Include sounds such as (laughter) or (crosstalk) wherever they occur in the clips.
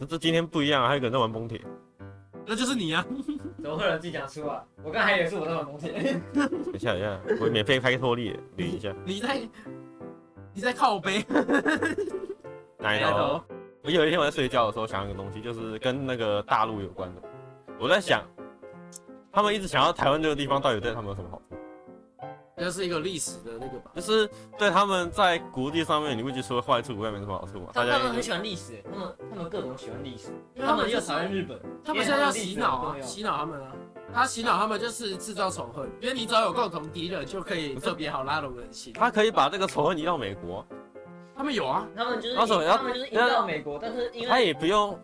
这这今天不一样啊，还有一个人在玩崩铁，那就是你啊！怎么会有人自己讲出啊？我刚才以为是我在玩东西。等一下等一下，我免费开拓力捋一下，你在你在靠背，哪一 (laughs) 头？我有一天我在睡觉的时候想一个东西，就是跟那个大陆有关的。我在想，他们一直想要台湾这个地方到底对他们有什么好处？就是一个历史的那个吧。就是对他们在国际上面，你会觉得说坏处，国外没什么好处嘛？他大们家他们很喜欢历史，他们他们各种喜欢历史，因为他们又就讨厌日本，他们现在要洗脑啊，洗脑他们啊，他洗脑他们就是制造仇恨，因为你只要有共同敌人，就可以特别好拉拢人心。他可以把这个仇恨移到美国，他们有啊，他们就是那为什么要他们就是引到美国，但是因他为也不用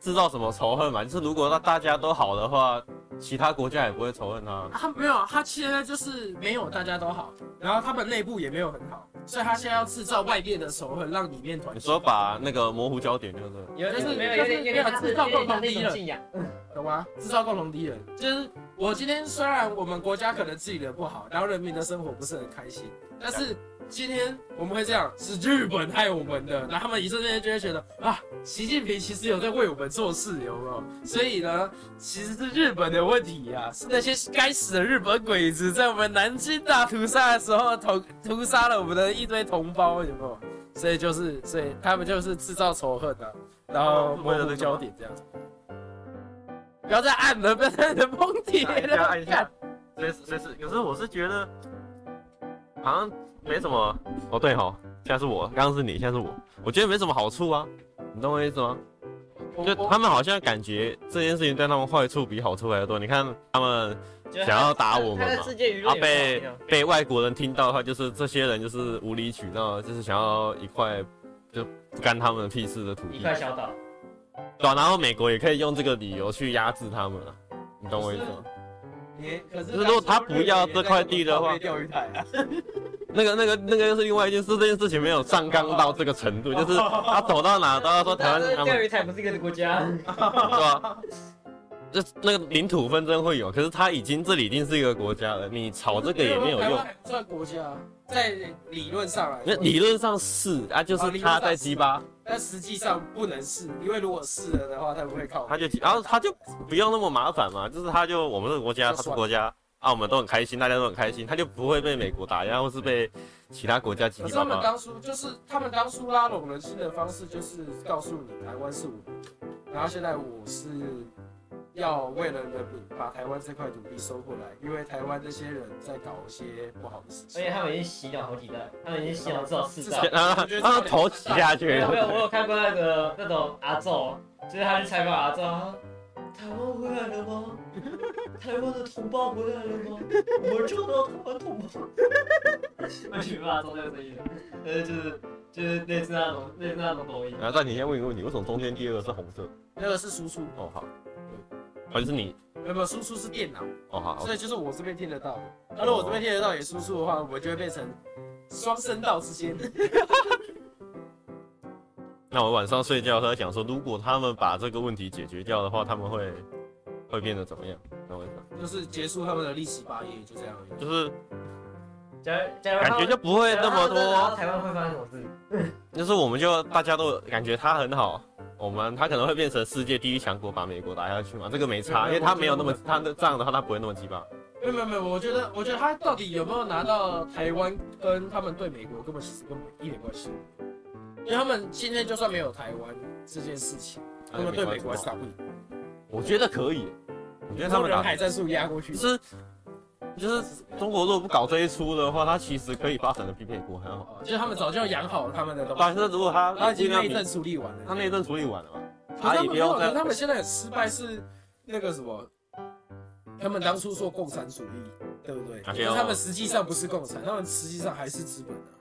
制造什么仇恨嘛。就是如果让大家都好的话，其他国家也不会仇恨他。他没有，啊他现在就是没有大家都好，然后他们内部也没有很好，所以他现在要制造外面的仇恨，让里面团你结，说把那个模糊焦点就是有就是没有有点有点像就是要制造有点像共同敌那人种信仰，懂吗？制造共同敌人，就是我今天虽然我们国家可能治理的不好，然后人民的生活不是很开心，但是。今天我们会这样，是日本害我们的。那他们一瞬间就会觉得啊，习近平其实有在为我们做事，有没有？所以呢，其实是日本的问题呀、是那些该死的日本鬼子在我们南京大屠杀的时候屠屠杀了我们的一堆同胞，有没有？所以就是，所以他们就是制造仇恨啊，然后模糊焦点这样子。不要再按了，不要再按了，崩铁了，按一下，随时随时。可是我是觉得好像没什么。哦，对吼，现在是我，刚刚是你，现在是我。我觉得没什么好处啊，你懂我意思吗？我就我他们好像感觉这件事情对他们坏处比好处还要多。你看他们就是想要打我他们在嘛，世界舆啊论被也不好被外国人听到的话，就是这些人就是无理取闹，就是想要一块就不干他们屁事的土一地，块小岛，对啊、然后美国也可以用这个理由去压制他们啊，你懂我意思吗？你可是如果他不要这块地的话钓鱼台啊，那个、那个、那个又是另外一件事，这件事情没有上纲到这个程度，就是他走到哪都要说台湾是他们钓鱼台不是一个国家，是吧？这那个领土纷争会有，可是他已经这里已经是一个国家了，你吵这个也没有台用湾。还不算国家，在理论上来那说，理论上是啊，就是他在鸡巴，但实际上不能试，因为如果试了的话，他们会靠他就然后他就不用那么麻烦嘛，就是他就我们这个国家，他是国家啊，我们都很开心，大家都很开心，他就不会被美国打压，或是被其他国家鸡可鸡是巴他们巴。当初就是他们当初拉拢人心的方式，就是告诉你台湾是我，然后现在我是要为了人民把台湾这块土地收过来，因为台湾这些人在搞一些不好的事而且情。他们已经洗脑好几代，他们已经洗脑至少四代。然后他他头洗下去没有没有，了，我有看过那个那种阿昼，就是他去采访阿昼，台湾回来了吗？台湾的同胞回来了吗？我们找到台湾同胞。我觉得阿昼那个声音，呃，就是就是类似那种类似那种抖音。然后但你先问一个问题，为什么中间第二个是红色？那个是输出，哦好，反正是你没有没有输出是电脑。哦好，所以就是我这边听得到的。那如果我这边听得到也输出的话，我就会变成双声道之间。那我晚上睡觉的时候想说，如果他们把这个问题解决掉的话，他们会会变得怎么样？那我想就是结束他们的历史霸业，就这样而已。就是假如假如啊感他觉们就不会那么假如他们真的拿到多，台湾会发生什么事？就是我们就大家都感觉他很好，我们他可能会变成世界第一强国，把美国打下去嘛，这个没啊差，因为他没有那么他的这样的话，他不会那么鸡巴。没有没有没有，我觉得我觉得他到底有没有拿到台湾，跟他们对美国根本其实根本一点关系没有，因为他们今天就算没有台湾这件事情，他们对美国还是打不赢，我觉得可以，我觉得他们人打海战术压过去就。是就是中国如果不搞这一出的话，他其实可以发展的比美国还好。哦就是他们早就养好了他们的东西，但是如果他他已经尽量内政处理完了。他内政处理完了嘛，可是他也们不没有，用可再是他们现在很失败是那个什么？他们当初说共产主义，对不对？啊可对是哦他们实际上不是共产，他们实际上还是资本啊。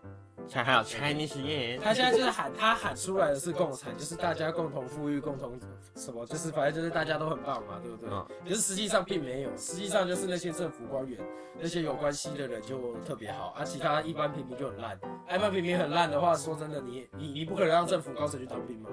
才还有 Chinese yen，他现在就是喊他喊出来的是共产，就是大家共同富裕、共同什么，就是反正就是大家都很棒嘛，对不对？嗯可是实际上并没有，实际上就是那些政府官员、那些有关系的人就特别好，而、其他一般平民就很烂。啊一般平民很烂的话，说真的，你你你不可能让政府高层去当兵嘛，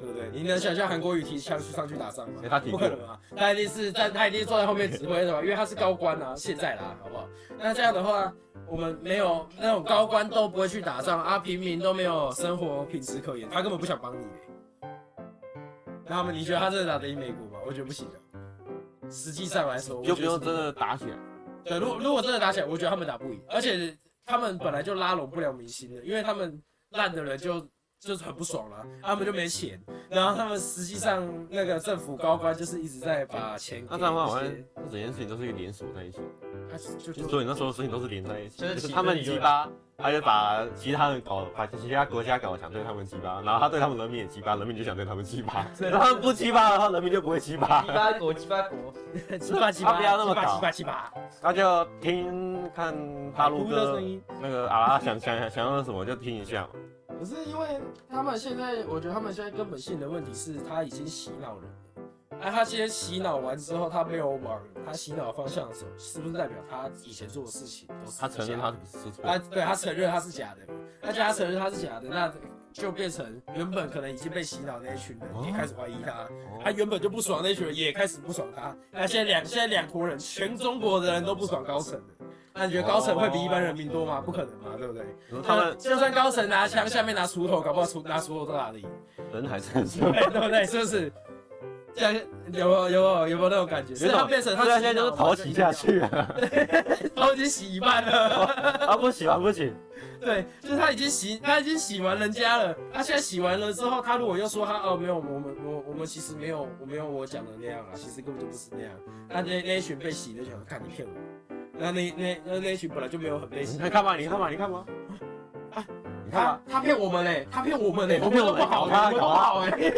对不对？你能想象韩国瑜提枪去上去打仗吗欸？他提不过可能啊，他一定是在他一定坐在后面指挥的嘛，因为他是高官啊，现在啦，好不好？那这样的话，我们没有那种高官都不会去打仗啊，平民都没有生活品质可言，他根本不想帮你、然后他们，你觉得他真的打得赢美国吗？我觉得不行啊。实际上来说，我就不觉得用是真的打起来。对，如果如果真的打起来，我觉得他们打不赢，而且他们本来就拉拢不了明星的，因为他们烂的人就就是很不爽啦、他们就没钱，然后他们实际上那个政府高官就是一直在把钱给那这样的话，好那像些，整件事情都是一个连锁在一起。他就就就所以那时候事情都是连在一起，就是就是起他们对鸡巴，他就把其他人搞，把其他国家搞得想对他们鸡巴，然后他对他们人民也鸡巴，人民就想对他们鸡巴，对然后他们不鸡巴的话，人民就不会鸡巴鸡。巴国，鸡巴国， (laughs) 七八七他八，不要那么搞七八七八，那就听看大陆哭的歌声，音。那个阿拉想想想想要什么就听一下嘛。可是因为他们现在，我觉得他们现在根本性的问题是他已经洗脑人了。哎、他今天洗脑完之后，他没有往他洗脑的方向走，是不是代表他以前做的事情都是他承认假的他是错，他对他承认他是假的，那既然他承认他是假的，那就变成原本可能已经被洗脑那一群人哦也开始怀疑他，他哦原本就不爽那一群人也开始不爽他，那现在两现在两坨人，全中国的人都不爽高层的，那你觉得高层会比一般人民多吗？不可能嘛，对不对？他们就算高层拿枪，下面拿锄头，搞不好锄拿锄头都打得赢，人还是很 (laughs) 对少。不对？是不是？这样有没有有没有有没有那种感觉？所以他变成他虽啊然现在就是洗脑头洗下， (laughs) 去了，头已经洗一半了。啊不洗完不洗，对，就是他已经洗，他已经洗完人家了。他现在洗完了之后，他如果又说他哦没有，我们我我们其实没有，我没有我讲的那样啊，其实根本就不是那样。那那那一群被洗的就想看你骗我，那那那那那一群本来就没有很被洗你，看嘛你看嘛你看嘛，你看他嘛，他骗我们嘞，他骗我们嘞，我骗我们们不好，搞他我们不好 (laughs) 哎，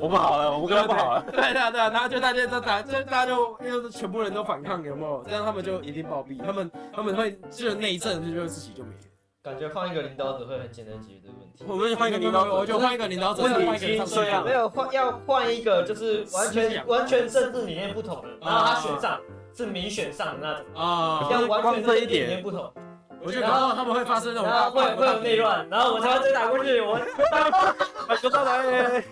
我们好了，我们跟他不好了。对对对，然后就大家都打，就大家就又全部人都反抗，有没有？这样他们就一定暴毙，他们他们会就是内政，就是自己就没了。感觉换一个领导者会很简单解决这个问题。我们就换一个领导者，我就换一个领导者，问题再换一个已经上去就这样没有换要换一个，就是完思全想完全政治理念不同的，然后他选上是民选上的那种，啊可是要完全光政这治一理点念不同，我觉得然后他们会发生那种然大后会会有内，乱，然后我台湾再打过去，我知道来。 (laughs)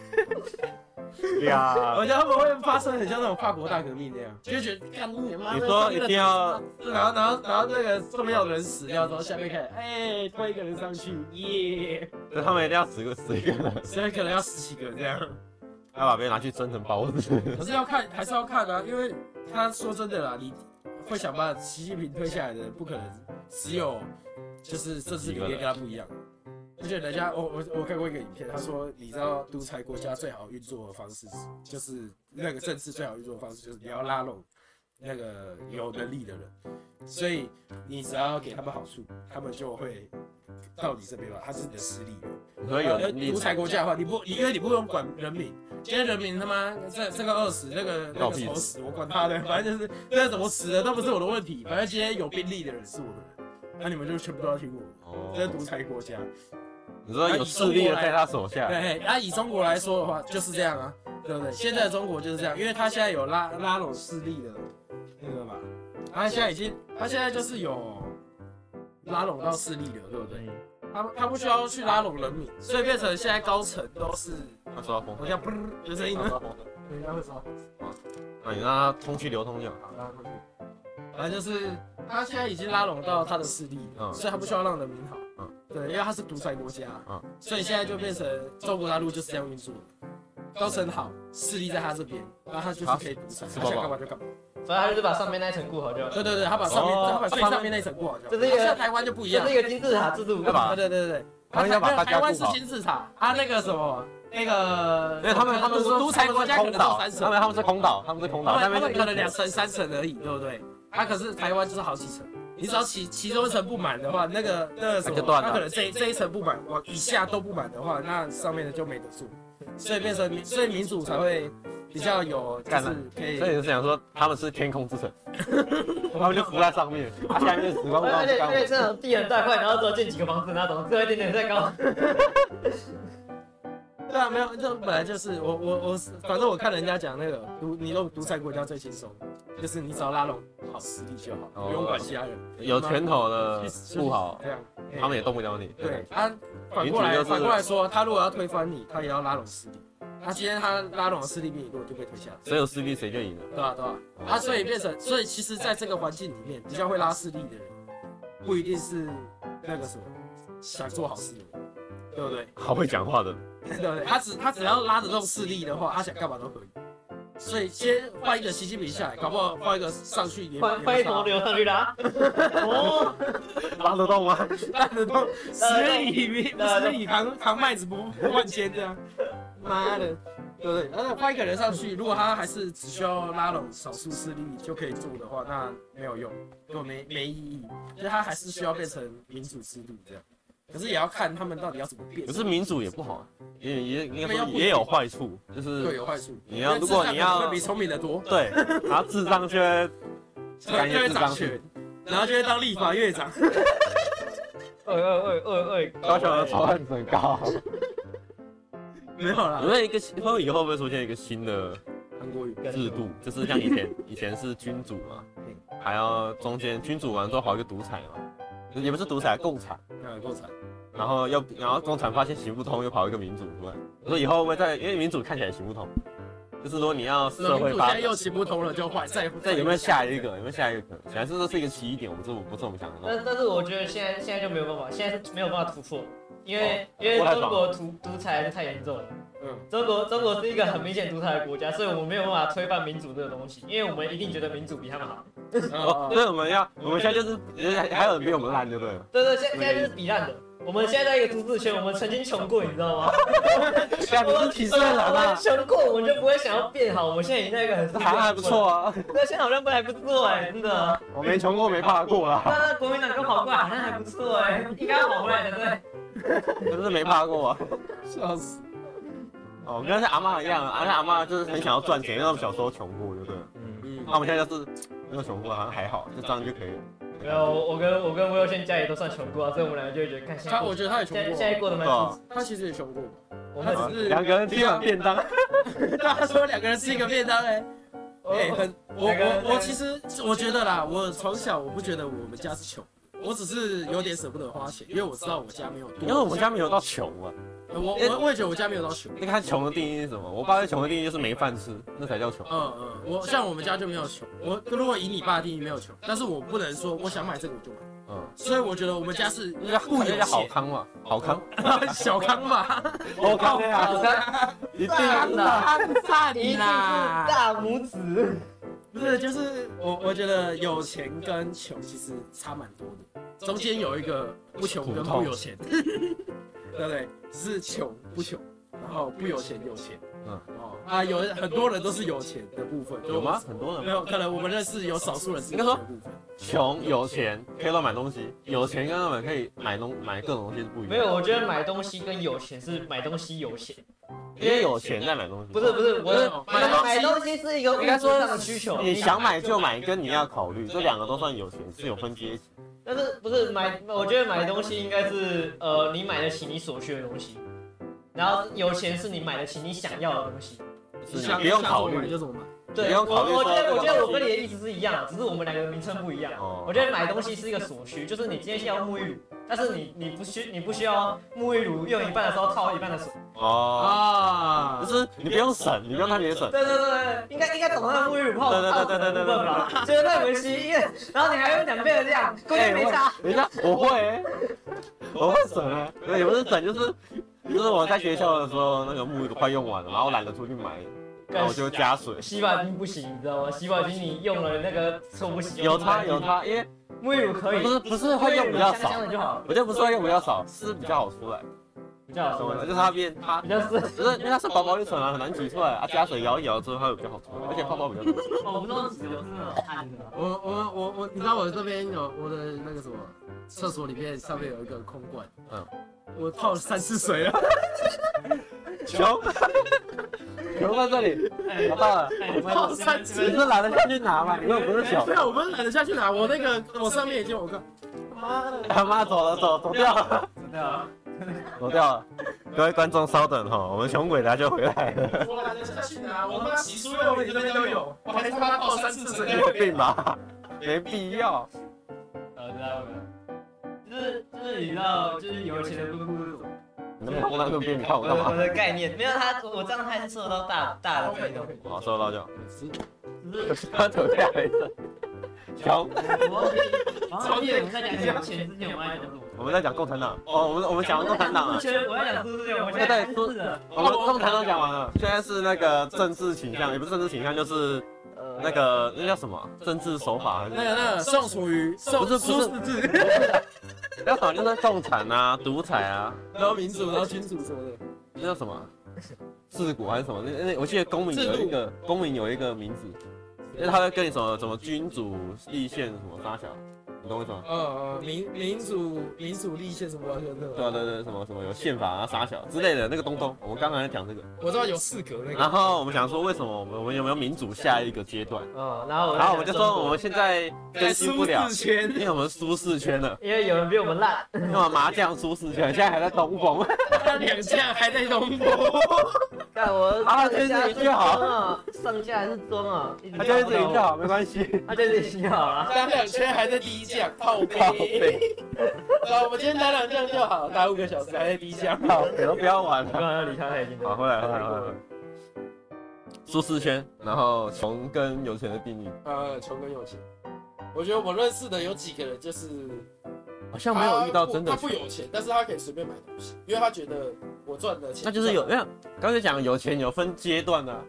呀，啊我觉得他们会发生很像那种法国大革命那样，就觉得干你妈！你说一定要，然后然后然后那个重要的人死掉之后，下面开始哎推一个人上去，耶，对呃他们一定要死个死一个人，所以可能要十几个这样。要把别人拿去蒸成包子。可是要看还是要看啊，因为他说真的啦，你会想把习近平推下来的人，不可能只有就是这次理念跟他不一样。而且人家，我我我看过一个影片，他说，你知道独裁国家最好运作的方式，就是那个政治最好运作的方式，就是你要拉拢那个有能力的人，所以你只要给他们好处，他们就会到你这边了，他是你的实力人。你说有能力独裁国家的话，你不，你因为你不用管人民，今天人民他妈这这个饿死，那个那闹个屁愁死，我管他的， (laughs) 反正就是那怎么死的都不是我的问题，反正今天有兵力的人是我的人，那你们就全部都要听我的，这是哦，独裁国家。你说有势力的在他手下，对，那、啊以中国来说的话，就是这样啊，对不对？现在的中国就是这样，因为他现在有拉拉拢势力的那个嘛，他现在已经，他现在就是有拉拢到势力了，对不对？他他不需要去拉拢人民，所以变成现在高层都是他说要封好，像嘣有声音啊他说，呢要封，人家会说，那你让他通气流通就好。拉过去。反正就是他现在已经拉拢到他的势力，嗯所以他不需要让人民好。嗯对，因为他是独裁国家，啊嗯所以现在就变成中国大陆就是这样运作的，高层好，势力在他这边，然后他就是可以独裁，吃他饱想饱干嘛就干嘛。反正他就是把上面那一层顾好就好。对对对，他把上面、哦他把最上面那层过好就好。这是一个像台湾就不一这样是，一个金字塔制度，要把对对对对，他们要把大家台湾是顾好金字塔，他那个什么那个，因为他们他们说独裁国家可能空到岛，三层他。们他们是空岛，他们是空岛，他那们他们边可能两层三层而已，对不对？他、可是台湾就是好几层，你只要其其中一层不满的话，那个那个什么那就，断了他可能这这一层不满，往以下都不满的话，那上面的就没得做，所以变成民，所以民主才会比较有，就干了是可以所以你是想说他们是天空之城，他们就浮在上面，他下面死光 (laughs) 光而且干而且这种地很大块，然后只有建几个房子那种，只有一点点在高。对啊，没有，这本来就是我我我是，反正我看人家讲那个独，你用独裁国家最轻松，就是你只要拉拢好实力就好，哦不用管其他人，有拳头的去死不好，这样，哎他们也动不了你。对，他反过来反过来说，他如果要推翻你，他也要拉拢势力。他今天他拉拢的势力比你弱，就被推下来，谁有势力谁就赢了。对吧、对吧、啊？所以变成，所以其实在这个环境里面，比较会拉势力的人，不一定是那个什么想做好事的人，对不对？ (laughs) 好会讲话的，对，他只他只要拉得动势力的话，他想干嘛都可以。所以先换一个习近平下来，搞不好换一个上去也换换 (laughs) 一头牛上去拉。哦， (laughs) 拉得动吗？拉得动，十里米十里扛扛麦子不不万千这样， (laughs) 妈的，对不对？那换一个人上去，如果他还是只需要拉拢少数势力就可以做的话，那没有用，就没没意义，就是他还是需要变成民主制度这样。可是也要看他们到底要怎么变。可是民主也不好，啊也也应该没有说不也有坏处，就是对，有坏处。你要但如果智障你可要能会比聪明的多，对，然后智障却就会智掌障权，然后就会当立法院长。 (laughs) 二二二二二，高雄的草案很高。没有啦有，没有一个新会以后会不会出现一个新的韩国语。制度，就是像以前 (laughs) 以前是君主嘛，还要中间君主完之后还有一个独裁嘛，也不是独裁，共产，啊，够惨。然后又然后共产发现行不通，又跑一个民主出来。我说以后会不会在，因为民主看起来行不通，就是说你要社民会主发现在，又行不通了，就换，再也不再有没有下一 (laughs) 个，有没 (laughs) 有下一个可能？显然是这是一个起点，我们是不是我们想的那种。但但是我觉得现在现在就没有办法，现在是没有办法突破，因为、哦因为我来中国独独裁还是太严重了。嗯，中国中国是一个很明显独裁的国家，所以我们没有办法推翻民主这个东西，因为我们一定觉得民主比他们好。哦，所以我们要，我们现在就是，还还有人比我们烂，就对了。对对，现现在就是比烂的。我们现在在一个独自圈，我们曾经穷过，你知道吗？对啊，你是体制我人们我们啊，穷过，我们就不会想要变好。我们现在已经在一个很还还不。错啊，那现在好像不还不错哎、真的。我没穷过，没怕过啊 (laughs) 啦。那那国民党跟跑过来好像还不错哎、应该要跑回来的对。真是没怕过啊！笑死。哦，跟像阿妈一样，啊，像阿妈就是很想要赚钱，因为我们小时候穷过，对不对？嗯，嗯那、，我们现在就是没有穷过，好像还好，就这样就可以了。没有，我我跟我跟魏佑轩家里都算穷过、啊，所以我们两个就会觉得看现在他我觉得他也现在穷现在过，过得蛮对啊舒他其实也 (laughs) 穷过。我他们啊只是两个人吃碗便当，他啊说两个人吃一个便当， (laughs) 哎，哎，我很，我我我其实我觉得啦，我从小我不觉得我们家是穷。我只是有点舍不得花钱，因为我知道我家没有多。因为我们家没有到穷啊。我我我也觉得我家没有到穷。你看穷的定义是什么？我爸对穷的定义就是没饭吃，那才叫穷。嗯嗯，我像我们家就没有穷，我如果以你爸的定义没有穷，但是我不能说我想买这个我就买，嗯，所以我觉得我们家是那叫固有那叫好康嘛，好康，小康 (laughs) 嘛，好康啊， (laughs) 一定啊真的啊大大一定你是啦，大拇哎指。不是就是我我觉得有钱跟穷其实差蛮多的，中间有一个不穷跟不有钱，对不对？只是穷不穷，然后不有钱有钱，嗯哦啊，有很多人都是有钱的部分，有吗？？很多没人有，可能我们认识有少数人是有钱的部分。穷有钱可以乱买东西，有钱跟他们可以买东买各种东西是不一样。没有，，我觉得买东西跟有钱是买东西有钱，因为有钱在买东西。不是不是，我是买买买东西是一个应该说物质上的需求，你想买就买，跟你要考虑，这两个都算有钱，是有分阶级。但是不是买？我觉得买东西应该是呃，你买得起你所需的东西，然后有钱是你买得起你想要的东西。是你不用考虑就怎么买，对，你要考虑我我说觉得我觉这得个东西我跟你的意思是一样的，只是我们两个名称不一样。哦我觉得买东西是一个所需，就是你今天需要沐浴乳，但是你你不需你不需要沐浴乳用一半的时候套一半的水。哦，啊不是你不用省，你不用特别省，对对对对，应该应该懂那个沐浴乳泡对对对对对对对对吧？觉得太危险，因为然后你还用两倍的量，根本没差。等一下，我会欸、我会省啊、欸，也不是省，就是就是我在学校的时候，那个沐浴露快用完了，然后懒得出去买，然后我就加水。洗发精不行，你知道吗？洗发精你用了那个臭不洗，有它有它，因为沐浴乳可以不，是不是会用比较香少香，的就好了，我就不是会用比较少，是比较好出来，比较好懂吗？说，就是它变它。比较是。只是因为它是薄薄一层啊，很难挤出来啊。加水摇一摇之后，它会比较好出来，而且泡泡比较多。 (laughs) 我不知道几，我真的看的。我我我我，你知道我这边有我的那个什么，厕所里面上面有一个空罐，嗯嗯，我泡了三次水了， (laughs) 穷，穷在这里，拿到了。泡三你是次，懒得下去拿嘛？你又不是小没，有，我们懒得下去拿，我那个我上面已经有个，他妈走了，走走掉了，真的啊，走掉了。各位观众稍等哈，我们穷鬼他就回来了，我懒得下去拿，我他妈洗漱用品这边都有，我还他妈泡三次水，有病吧？没必要。我知道了。就是就是你知道，就是有钱人不不不，你能碰到路边，你看我我干的我嘛？的概念没有他，我这样他是受到大大的震动，好，收到就。只是他走掉了一次。穷， (laughs) 我然后记得我们在讲有钱之前，我们在讲什么？我们在讲共产党哦，我们我们讲完共产党了我，要讲苏志燮，我现在是的，我们共产党讲完了，现在是那个政治倾向，也不是政治倾向，就是呃那个那叫什么政治手法还是那个那个宋楚瑜，宋不是苏不是轼志，那什么就是共产啊、独裁啊，然后民主，然后君主什么的，那叫 (laughs) 什么治国还是什么？那那我记得公民制度有一个公民有一个名字，因为他会跟你什么什么君主立宪什么大小，你懂我意思吗？呃，民民主民主立宪什么的，对啊对对，什么什么有宪法啊、沙小之类的那个东东，我们刚刚在讲这个。我知道有四格那个，然后我们想说，为什么我们我们有没有民主下一个阶段？嗯，然后然后我们就说我们现在更新不了在，苏轼圈因为我们舒适圈了，因为有人比我们 (laughs) 烂，因为我们麻将舒适圈，现在还在东风。他两项还在东坡，但 (laughs) 我啊就是你就好啊，上架还是装啊，一直他就是这一搞不懂，票，没关系。他就是这一票啊，打两圈还在第一项，靠靠背。 (laughs) 北，那我们今天打两项就好，打五个小时还在第一项。靠北，都不要玩 (laughs) 刚了。刚要离开他已经，好，回来，回来，回来。舒适圈，然后穷跟有钱的定义，呃，穷跟有钱，我觉得我认识的有几个人就是好像没有遇到他不真的他，不有钱，但是他可以随便买东西，因为他觉得我赚的钱那就是有，赚没有？刚才讲有钱有分阶段的啊，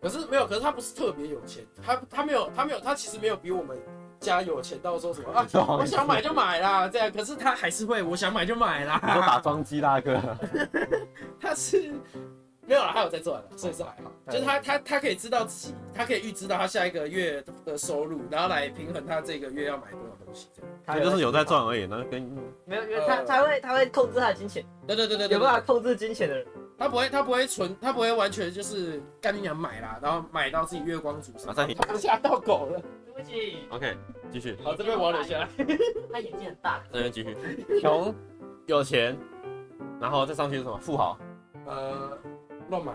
可是没有，可是他不是特别有钱，他他没有他没有他其实没有比我们家有钱到说什么啊， (laughs) 我想买就买啦这样，可是他还是会我想买就买你说啦，打桩机大 (laughs) 哥，他是没有了，他有在赚了，所以是还好，就是他他他可以知道自己，他可以预知到他下一个月的收入，然后来平衡他这个月要买多少东西这样。他就是有在，赚而已，那跟没有，因为他他会他会控制他的金钱，对对对对对有对办法控制金钱的人，他不会，他不会存，他不会完全就是干你娘买啦，然后买到自己月光族上啊，暂停他吓到狗了。对不起， OK，继续，好，这边我要留下来。他眼睛很大，这边继续，穷有钱，然后再上去是什么富豪？呃，乱买，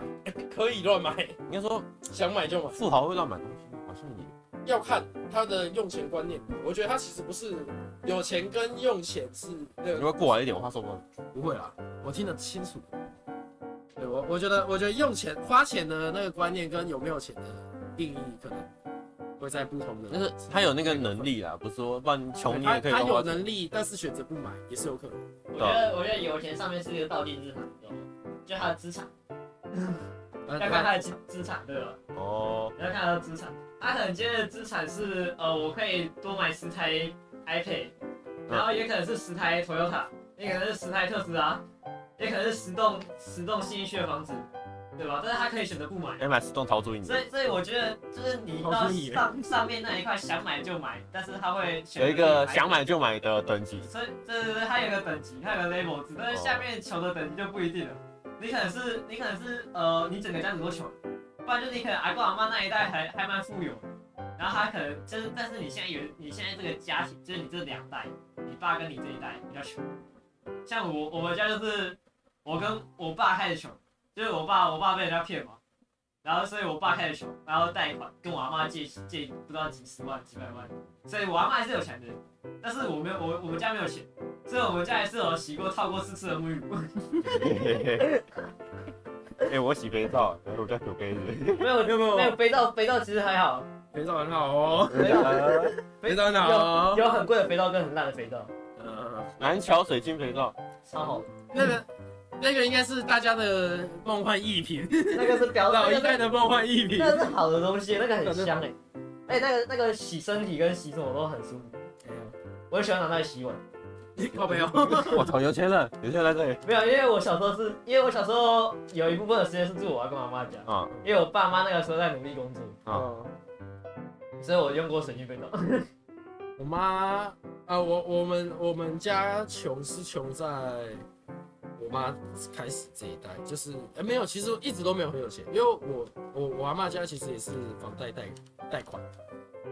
可以乱买，应该说想买就买，富豪会乱买东西，好像也要看他的用钱观念。我觉得他其实不是有钱跟用钱是那如个果过来一点，我话说不完。不会啦，我听得清楚。对我，我觉得，我觉得用钱花钱的那个观念跟有没有钱的定义可能会在不同的。但是他有那个能力啦，不是说不然穷你他也可以他乱花有钱。啊能力，但是选择不买也是有可能。我觉得我觉得有钱上面是一个倒地资产，你知道吗？就他的资产，呃要看他的资资产对吧？哦，你要看他的资产，他可能今天的资产是呃，我可以多买十台 iPad，然后嗯也可能是十台 Toyota，也可能是十台特斯拉，也可能是十栋十栋新一区的房子，对吧？但是他可以选择不买。要买十栋陶朱影，所以，所以我觉得就是你好到像也上上面那一块想买就买，但是他会选择有一个去想买就买的等级。 (laughs) 所以对对对，它有个等级，它有个 level 值，但是下面球的等级就不一定了。你可能是你可能是呃，你整个家族都穷，不然就是你可能阿公阿妈那一代还还蛮富有，然后他可能就是，但是你现在有你现在这个家庭，就是你这两代，你爸跟你这一代比较穷。像我我们家就是我跟我爸开始穷，就是我爸我爸被人家骗嘛，然后所以我爸开始穷，然后贷款跟我阿妈借借不知道几十万几百万，所以我阿妈还是有钱的人。但是我没有，我我们家没有钱，所以我们家也是有洗过、套过四次的沐浴乳。哎，我洗肥皂，然后我在酒杯子。 (laughs) (laughs) 没有没有没有没有肥皂，肥皂其实还好，肥皂很好哦，没有 (laughs) 肥皂很好哦。有很贵的肥皂跟很烂的肥皂，嗯，南桥水晶肥皂， (laughs) 超好。那个那个应该是大家的梦幻逸 (laughs) 品，那个是表老一那代个的梦幻逸是品那。个是好的东西，那个很香哎、哎、那个那个洗身体跟洗什么都很舒服，我很喜欢拿那里洗碗。靠背 (laughs) 哦，我操，有钱人，有钱人在这里没有，因为我小时候是因为我小时候有一部分的时间是住我阿公阿妈家，啊因为我爸妈那个时候在努力工作，啊！哦所以我用过水晶肥皂。 (laughs) 我妈啊，我我们我们家穷是穷在我妈开始这一代，就是呃没有，其实一直都没有很有钱，因为我我我阿妈家其实也是房贷贷贷款，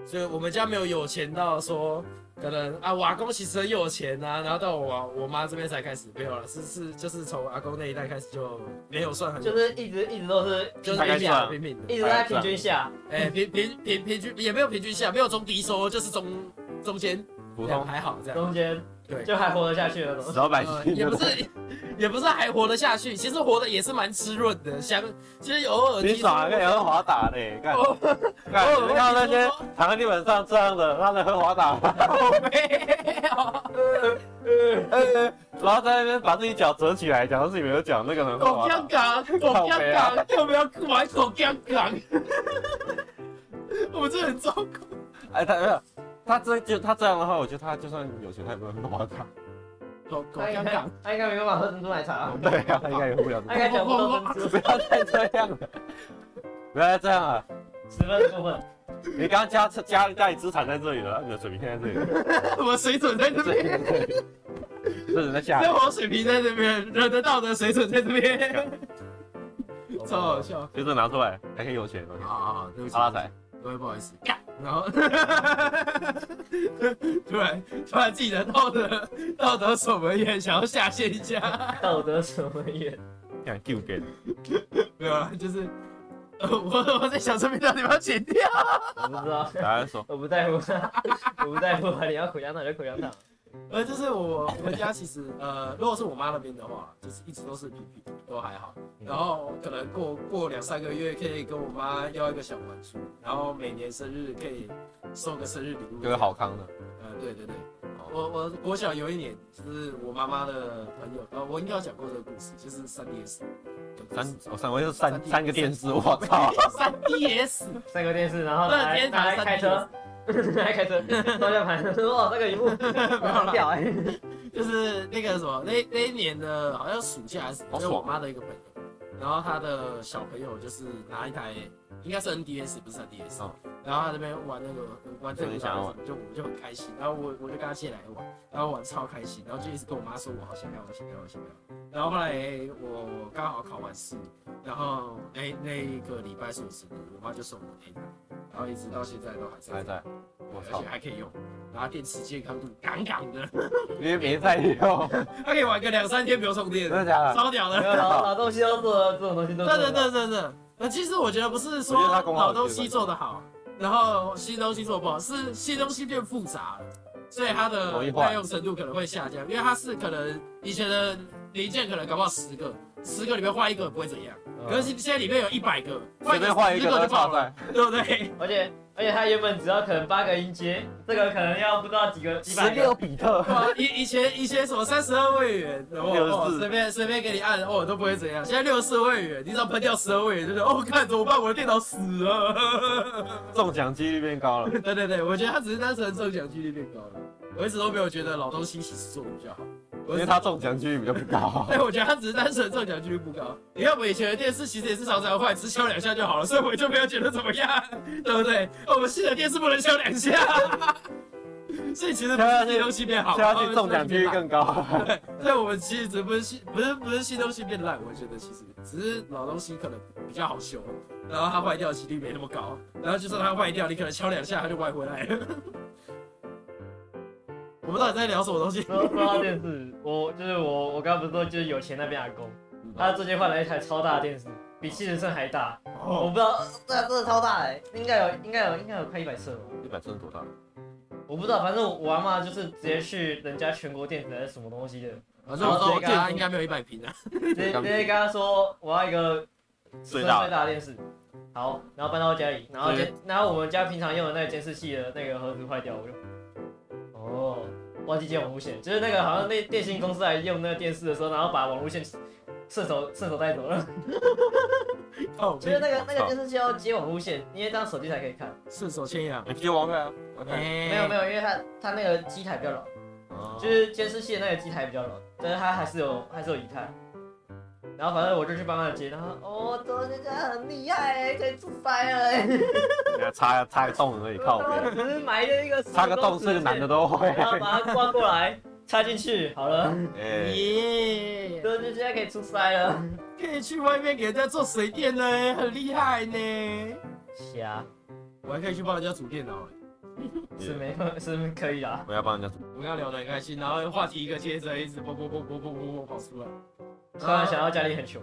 所以我们家没有有钱到说可能啊，我阿公其实很有钱啊，然后到我我妈这边才开始没有了，是是就是从阿公那一代开始就没有算很有就钱是一直一直都是就是大概是这平民啊样平民的，一直在平均下，哎、平平平平均也没有平均下，没有中低收，就是中中间普这样通还好这样。中间对就还活得下去了都。死老百呃姓也不是， (laughs) 也不是还活得下去，其实活得也是蛮滋润的。想，其实偶 (laughs) 尔你听说爽啊，可以喝滑打嘞，干哦 (laughs) 干！哦你看那些躺在地板上这样的，他在喝滑打， (laughs) 没有，呃然后在那边把自己脚折起来，假装自己没有脚，那个人喝狗滑打香。港，狗香港，要不要玩狗香港？ (laughs) 我们这很糟糕。哎，他没有，他这就他这样的话，我觉得他就算有钱，他也不能喝滑 (laughs) 打。狗狗他应香该港，他应该没办法喝珍珠奶茶，对啊，他应该也喝不了这他么应该讲不到珍珠，多。不要再这样了，不要再这样了。十分过分。你刚刚加加加你资产在这里了，你的水平现在在这里了， (laughs) 我们水准在这这边，里这人在下面生。活水平在这边，人的道德水准在这边， (laughs) 超好笑。就这拿出来，还可以有钱。啊 OK，啊啊！对不起，发大财。各位不好意思，干，然后 (laughs) 突然突然自己的道德道德守门员想要下线一下，道德什么也想 Q 给你，没有啦，就是呃我我在想这边到底要不要剪掉，我不知道，答案说我不在乎，我不在乎，你要口香糖就口香糖。呃，就是我我们家其实呃，如果是我妈那边的话，就是一直都是平平，都还好。然后可能过过两三个月可以跟我妈要一个小玩具，然后每年生日可以送个生日礼物。有个好康的，呃，对对对，我我国小有一年，就是我妈妈的朋友，呃，我应该有讲过这个故事，就是三 DS，三我三我是三 3D 三个电视，我操！三 DS，三个电视，然后乐拿来天拿堂来开车， (laughs) 拿来开车，方向盘，哇，那个 (laughs) 一幕很屌哎，就是那个什么，那那一年的好像暑假还是，好爽就是我妈的一个朋友，然后她的小朋友就是拿一台，应该是 NDS 不是 3DS，、哦然后她那边玩那个玩这就个是想要玩就我们就很开心，然后我我就跟她借来玩，然后玩超开心，然后就一直跟我妈说我好想要，我想要，我想要，然后后来我刚好考完试，然后那那一个礼拜是我生日，我妈就送我那一台，然后一直到现在都还在，还在，我而操且！还可以用，然后电池健康度杠杠的。你别再用，他可以玩个两三天不用充电真，的假的？超屌没的。有老老东西都做了，这种东西都对做对了。对对对。那其实我觉得不是说我觉得他功劳老东西做得好，然后新东西做不好，是新东西变复杂了，所以它的容易坏耐用程度可能会下降，因为它是可能以前的零件可能搞不好十个，十个里面换一个不会怎样，可是现在里面有一百个，嗯随便换一十个都就差爆了，在，对不对？而且而且他原本只要可能八个音阶，这个可能要不知道几个几十百个六。比特，对啊，以以前以前什么三十二位元，然后64哦随便随便给你按，哦都不会怎样。现在六十四位元，你只要喷掉十二位元，就是哦看怎么办，我的电脑死 (laughs) 了。中奖几率变高了。对对对，我觉得他只是单纯中奖几率变高了。我一直都没有觉得老东西其实做的比较好，因我为是他中奖几率比较不高，对，我觉得他只是单纯中奖几率不高。你看我们以前的电视其实也是常常坏，只敲两下就好了，所以我就没有觉得怎么样， (laughs) 对不对？我们新的电视不能敲两下， (laughs) 所以其实不是新东西变好，哦所以他去中奖几率更更。高。对， (laughs) 但我们其实不是新，不是不是新东西变烂，我觉得其实只是老东西可能比较好修，然后它坏掉的几率没那么高，然后就算它坏掉，你可能敲两下它就歪回来了。我们到底在聊什么东西？说说到电视，我就是我，我刚刚不是说就是有钱那边阿公，他最近换了一台超大的电视，比汽车胜还大，我哦，不知道，这真的超大哎、应该有应该有应该有快一百寸了，一百寸多大？我不知道，反正我我阿妈就是直接去人家全国电子还是什么东西的，反正我说我家应该没有一百平啊。直接直接跟他说我要一个最大的最大的电视。好，然后搬到家里，然后监，然后我们家平常用的那个监视器的那个盒子坏掉，我就，哦，忘记接网路线，就是那个好像那电信公司来用那个电视的时候，然后把网路线顺手顺手带走了，哦，就是那个那个电视器要接网路线，因为这样手机才可以看，顺手牵羊。你接王牌啊？没没有没有，因为它它那个机台比较老，哦就是监视器的那个机台比较老，但是它还是有还是有仪态。然后反正我就去帮他接，然后哦，怎么这个很厉害欸可以自拍了欸。给他插插个洞而已，靠背，只是埋的一个插个洞是个男的，都会。然后把它刮过来，插进去，好了，哎，耶，就就现在可以出 (laughs) 塞了。可以去外面给人家做水电呢，很厉害呢。瞎我还可以去帮人家煮电脑。是没有是可以啊啦。我要帮人家。我们刚刚聊得很开心，然后话题一个接着一直啵啵啵啵啵啵啵跑出来。突然想到家里很穷，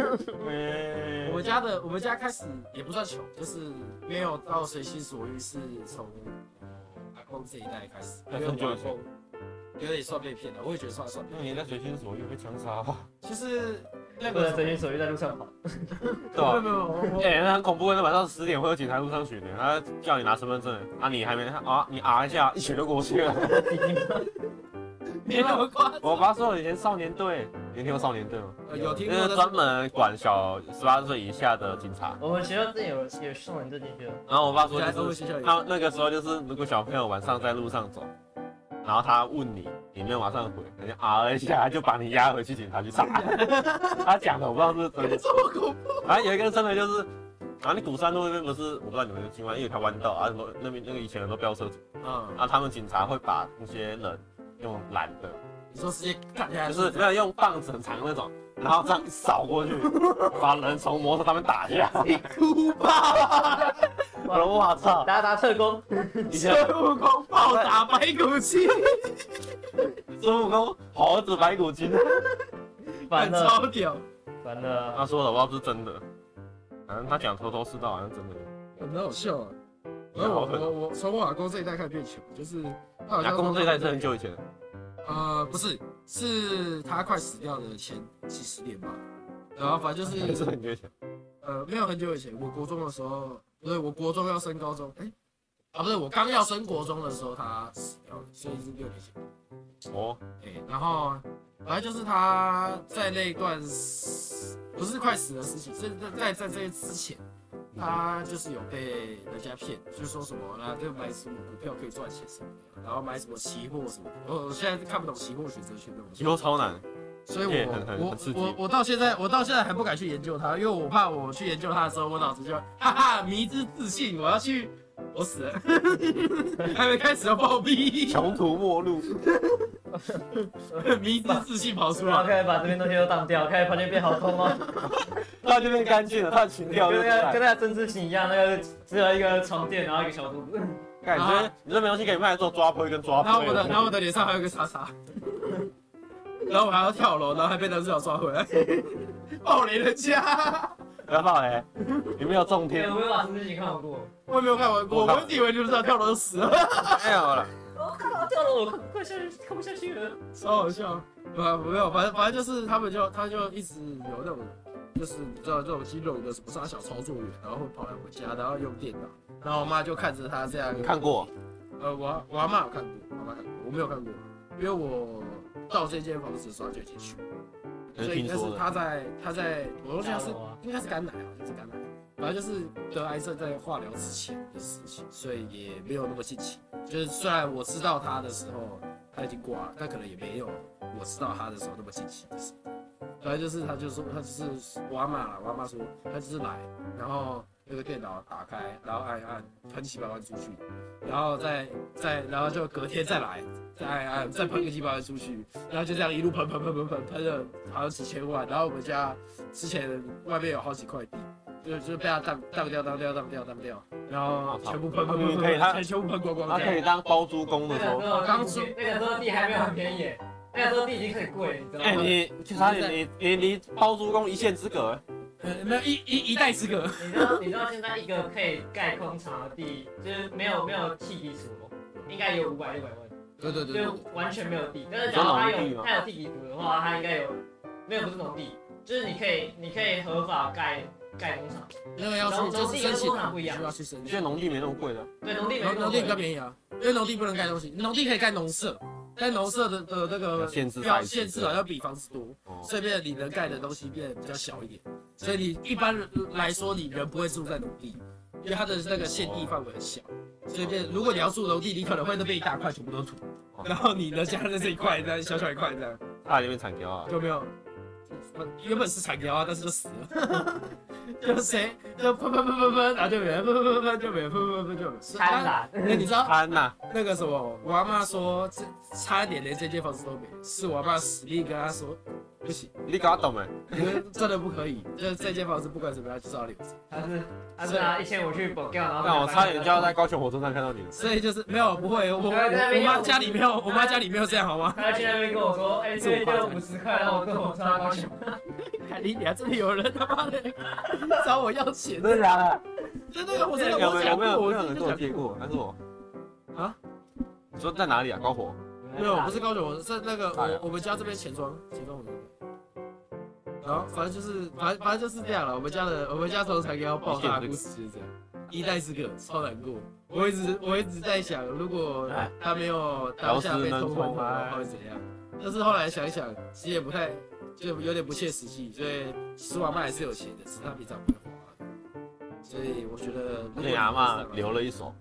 我们我家的我们家开始也不算穷，就是没有到随心所欲，是从阿公这一代开始。那很久以前因为我阿公有点算被骗了，我也觉得算算被那年代随心所欲被枪杀吧？骗，就是那不能个随心所欲在路上跑。 (laughs) 对吧？没有没有没有，我哎、那很恐怖，那晚上十点会有警察路上巡的，他叫你拿身份证，啊，你还没啊，你啊一下，一拳就过去了。没那么夸张我爸说我以前少年队，你有听过少年队吗？呃有听就过是的专门管小十八岁以下的警察。我们学校这有有送人这进去了，然后我爸说在就是我学校有，他那个时候就是，如果小朋友晚上在路上走，然后他问你，你没有马上回，人家啊一下就把你押回去警察去查。 (laughs) 他讲的我不知道是不是真的，这么恐怖，反正有一个真的就是，然后你鼓山路那边不是，我不知道你们有没有经过，因为有条弯道啊，很多那边那个以前很多飙车族，嗯，啊，他们警察会把那些人用拦的，你说直接干下就是来没有用棒子很长那种，然后这样一扫过 (laughs) 去，把人从摩托上面打下来。哭吧， (laughs) 我说我操！达达特工，以前孙悟空暴打白骨精，孙悟空猴子白骨精。完了超屌，完了， (laughs) 他说的，我不知道是真的，反正他讲头头是道，好像真的。很好笑啊。然后我我我从我阿公这一代开始变穷，就是他好像阿公这一代是很久以前，呃，不是，是他快死掉的前几十年吧。然后反正就也 (laughs) 是是很久以前。呃，没有很久以前，我国中的时候，不对，我国中要升高中，哎、啊不对，我刚要升国中的时候他死掉了，所以是六年前。哦，哎、然后反正就是他在那一段死不是快死的事情，是在在在这之前，他就是有被人家骗，就说什么啊，这个买什么股票可以赚钱什么的，然后买什么期货什么的。我我现在看不懂期货选择权那种东西以，后超难，所以也 (laughs) 很很我很刺我激我我到现在我到现在还不敢去研究它，因为我怕我去研究它的时候，我脑子就哈哈迷之自信，我要去。我死了， (laughs) 还没开始要暴毙，穷途末路。迷之自信跑出然后来。开始把这边东西都当掉，开始发现变好空哦。他就变干净了，他的 (laughs) 情调就跟出那个来跟。那个政治型一样，那个只有一个床垫，然后一个小桌子，感觉你这没东西可以卖，做抓胚跟抓胚。然啊后我的，然后我的脸上还有一个叉叉，然后我还要跳楼，然后还被男主角抓回来， (laughs) 暴雷人家。然后嘞，你哎没有中 (laughs) 对，天，我没有把政治型看过。我也没有看完过，我看我一直以为男主角跳楼就死了，没有了。我看到哦掉了，我快下去，看不下去了。超好笑。啊，没有，反正反正就是他们就他就一直有那种，就是你知道这种肌肉的什么杀小操作员，然后会跑来我家，然后用电脑，然后我妈就看着他这样你。看过？呃，我阿我阿妈有看过，我阿妈看过，我没有看过，因为我到这间房子的时候她就已经去了，就所是以听但是说的。他在他在我好像是吓我啊应该是肝癌，好像是肝癌，反正就是得癌症在化疗之前的事情，所以也没有那么近期。就是虽然我知道他的时候他已经挂了，但可能也没有我知道他的时候那么近期的事。反正就是他就说他就是我阿妈啦，我阿妈说他就是来，然后那个电脑打开，然后按一按喷几百万出去，然后再再然后就隔天再来，再按一按再喷个几百万出去，然后就这样一路喷喷喷喷喷喷了好像几千万，然后我们家之前外面有好几块地，就就被他当当掉当掉当掉当掉，然后全部喷喷喷喷，全全部喷光光他这可样。以当包租公那的时个时候，啊候刚出，那个时候地还没有很便宜，那个时候地已经很贵，啊你知道哎，吗？你其实他你你离包租公一线之隔，哎呃没有一一一代之隔，你知道你知道现在一个可以盖工厂的地，就是没有没有地基础，应该有五百六百万，对对就完全没有地。但是假如他有他有地基础的话，他应该有没有不是农地，就是你可以你可以合法盖盖工厂，那个要去就是申请啊，必须要去申你请觉得。农地没那么贵的？对农地没农农地比较有。便宜啊，因为农地不能盖东西，农地可以盖农舍，但农舍的的那要个限制呃要赛事限制啊，要比房子多，哦，所以变得你能盖的东西变得比较小一点。所以你一般人来说，你人不会住在农地，因为它的那个限地范围很小。所以变，如果你要住农地，你可能会那边一大块全部都土，然后你的家在这一块，那小小一块这样，他在那边产条啊。有没有？原本是产条啊，但是就死了， (laughs) 就谁就喷喷喷喷喷，然后就没了，喷喷喷喷就没了，喷喷喷就没了。贪婪，那哎你知道安呐，那个什么，我阿妈说这差一点连这间房子都没，是我阿妈死命跟她说，不行，你搞懂没？真的不可以，这这间房子不管怎么样就是要留着。他是他是啊拿一千五去啊保掉，然后但我差点就要在高雄火车站看到你了。所以就是没有不会，我我我妈家里没有，我妈家里没有这样好吗？他去那边跟我说，哎，这就五十块，让我跟我上 (laughs) 高雄。凯莉，你还真的有人他妈的找我要钱？的假的？真的，我真有的没有有没有我讲过，我没有人跟我借过？还是我？啊？你说在哪里啊？高火？没没有，我不是高雄，我是那个我我们家这边钱庄，钱庄我们这边。然后反正就是，反正反正就是这样了。我们家的，我们家从才给要爆炸的故事就是这样，一代之隔，超难过。我一直我一直在想，如果哎他没有当下被通关的话，会怎样？但是后来想一想，其实也不太，就有点不切实际。所以苏阿妈还是有钱的，只是她平常不会花。所以我觉得，那你阿妈留了一手，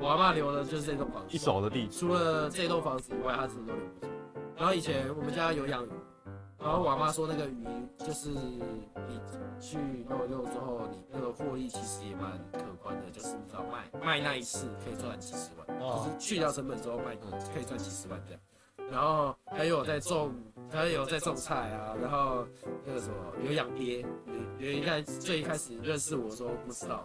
我阿妈留的就是这栋房子一。手的地主，除了这栋房子以外，他自己都留不住。然后以前我们家有养鱼，然后我阿妈说那个鱼就是你去弄一弄之后，你那个获利其实也蛮可观的，就是你只要卖卖那一次可以赚几十万，就哦，是去掉成本之后卖可以赚几十万这样。然后还有在种，还有在种菜啊，然后那个什么有养鳖，有有一开最一开始认识我的时候不知道，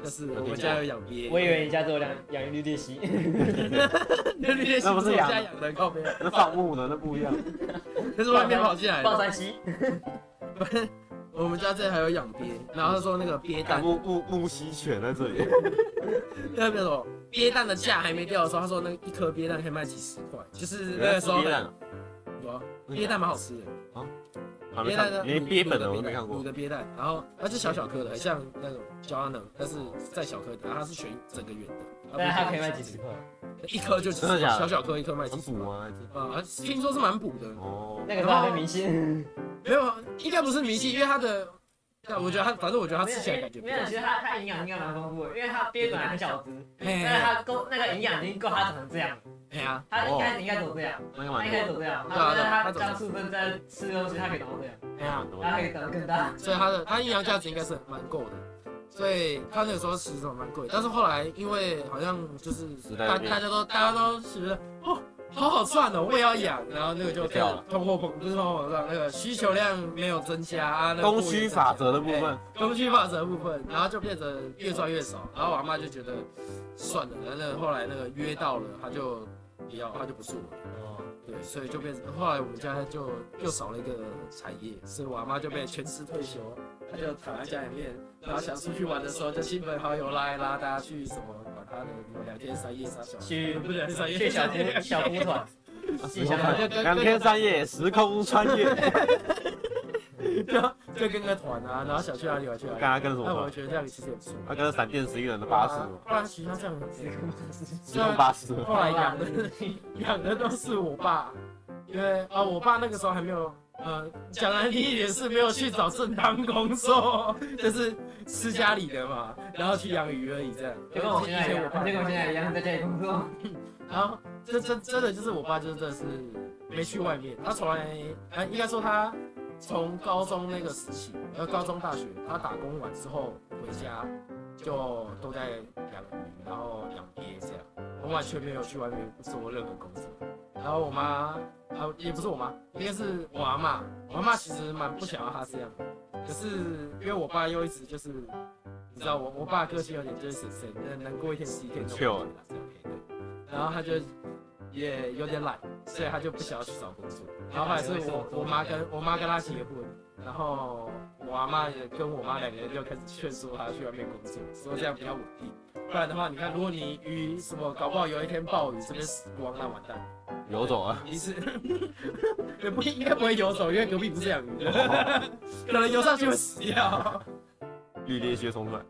但是我们家有养鳖，我以为你家只有两养一绿鬣蜥， (laughs) 那鬣蜥那不不是是我养家养的，靠边。那放牧呢？那不一样。那是外面跑进来抱的。(laughs) 山蜥，我们家这还有养鳖，然后他说那个鳖蛋，牧牧牧西犬在这里，那边什么鳖蛋的价还没掉的时候，他说那一颗鳖蛋可以卖几十块，就是那原来个是时候鳖蛋啊，有啊鳖蛋蛮好吃的，还没鳖看蛋呢过，连鳖本的我都没看卤过。的鳖蛋，然后它就小小颗的，很像那种焦阿能，但是再小颗一点，然后它是全整个圆的，但是它可以卖几十，块，一颗就几十真的块，假的小小颗一颗卖几很十补块。吗？还是啊，听说是蛮补的，哦，那个时候还没明星。没有，应该不是迷信，因为它的，但我觉得它，反正我觉得它没有吃起来感觉比没较有， (laughs) 其实它它营养应该蛮丰富的，因为它鳖本来很小只，但是哎它够那个营养已经够它长成这样了，哎呀，它一开始应该走哦这样，那个它蛮一开多的，始走这样，啊它但是它刚出生在吃东西，它可以长到这样，哎呀。蛮多它的。可啊以长得更大。所以它的它阴阳价值应该是蛮够的，所以它那个时候其实蛮贵，但是后来因为好像就是时代大的变大家都大家都觉得哦好好赚哦，我也要养，然后那个就掉了通货膨不是通货膨胀，那个需求量没有增加啊，那个供需法则的部分，供需法则的部分，然后就变成越赚越少，然后我阿妈就觉得算了，然后那个后来那个约到了，她就不要，她就不做了。对，所以就变成后来我们家就又少了一个产业，所以我阿妈就被全职退休，她就躺在家里面，然后想出去玩的时候，就亲朋好友拉一拉，大家去什么管他的，什么两天三夜啥小，去不是两天三夜， (laughs) 去小姑小姑 (laughs) 啊团，时空穿两天三夜，时空穿越， (laughs) 就跟个团啊，然后想去哪里玩去哪看里。他跟什么那哎我啊团？觉得这样其实也不错。他跟闪电十一人的巴士吗，不然其他这样很累。时空巴士吗。 (laughs) 后来养 (laughs) 的养的都是我爸，因为啊、我爸那个时候还没有，呃，讲难听一点是没有去找正当工作， (laughs) 就是吃家里的嘛，然后去养鱼而已这样。就跟我现在一以前样，就跟我现在一样在家里工作。然后这真真的就是我爸，就是真的是没去外面，他从来，呃，应该说他从高中那个时期，呃，高中大学，他打工完之后回家就都在养鱼，然后养鳖这样，我完全没有去外面做任何工作。然后我妈，啊，也不是我妈，应该是我阿妈，我阿妈其实蛮不想要他这样的，可是因为我爸又一直就是，你知道我我爸个性有点就是神神，能能过一天是一天那种感觉啦，这样对。然后他就也有点懒，所以他就不想要去找工作。然后后来是我我妈跟我妈跟他结婚，然后我阿妈也跟我妈两个人就开始劝说他去外面工作，说这样比较稳定。不然的话，你看，如果你鱼什么，搞不好有一天暴雨这边死光，那完蛋。游走啊，你是 (laughs) 也不应该不会游走，因为隔壁不是养鱼的，可能游上去会死掉。 (laughs) 绿鬣蜥冲出来，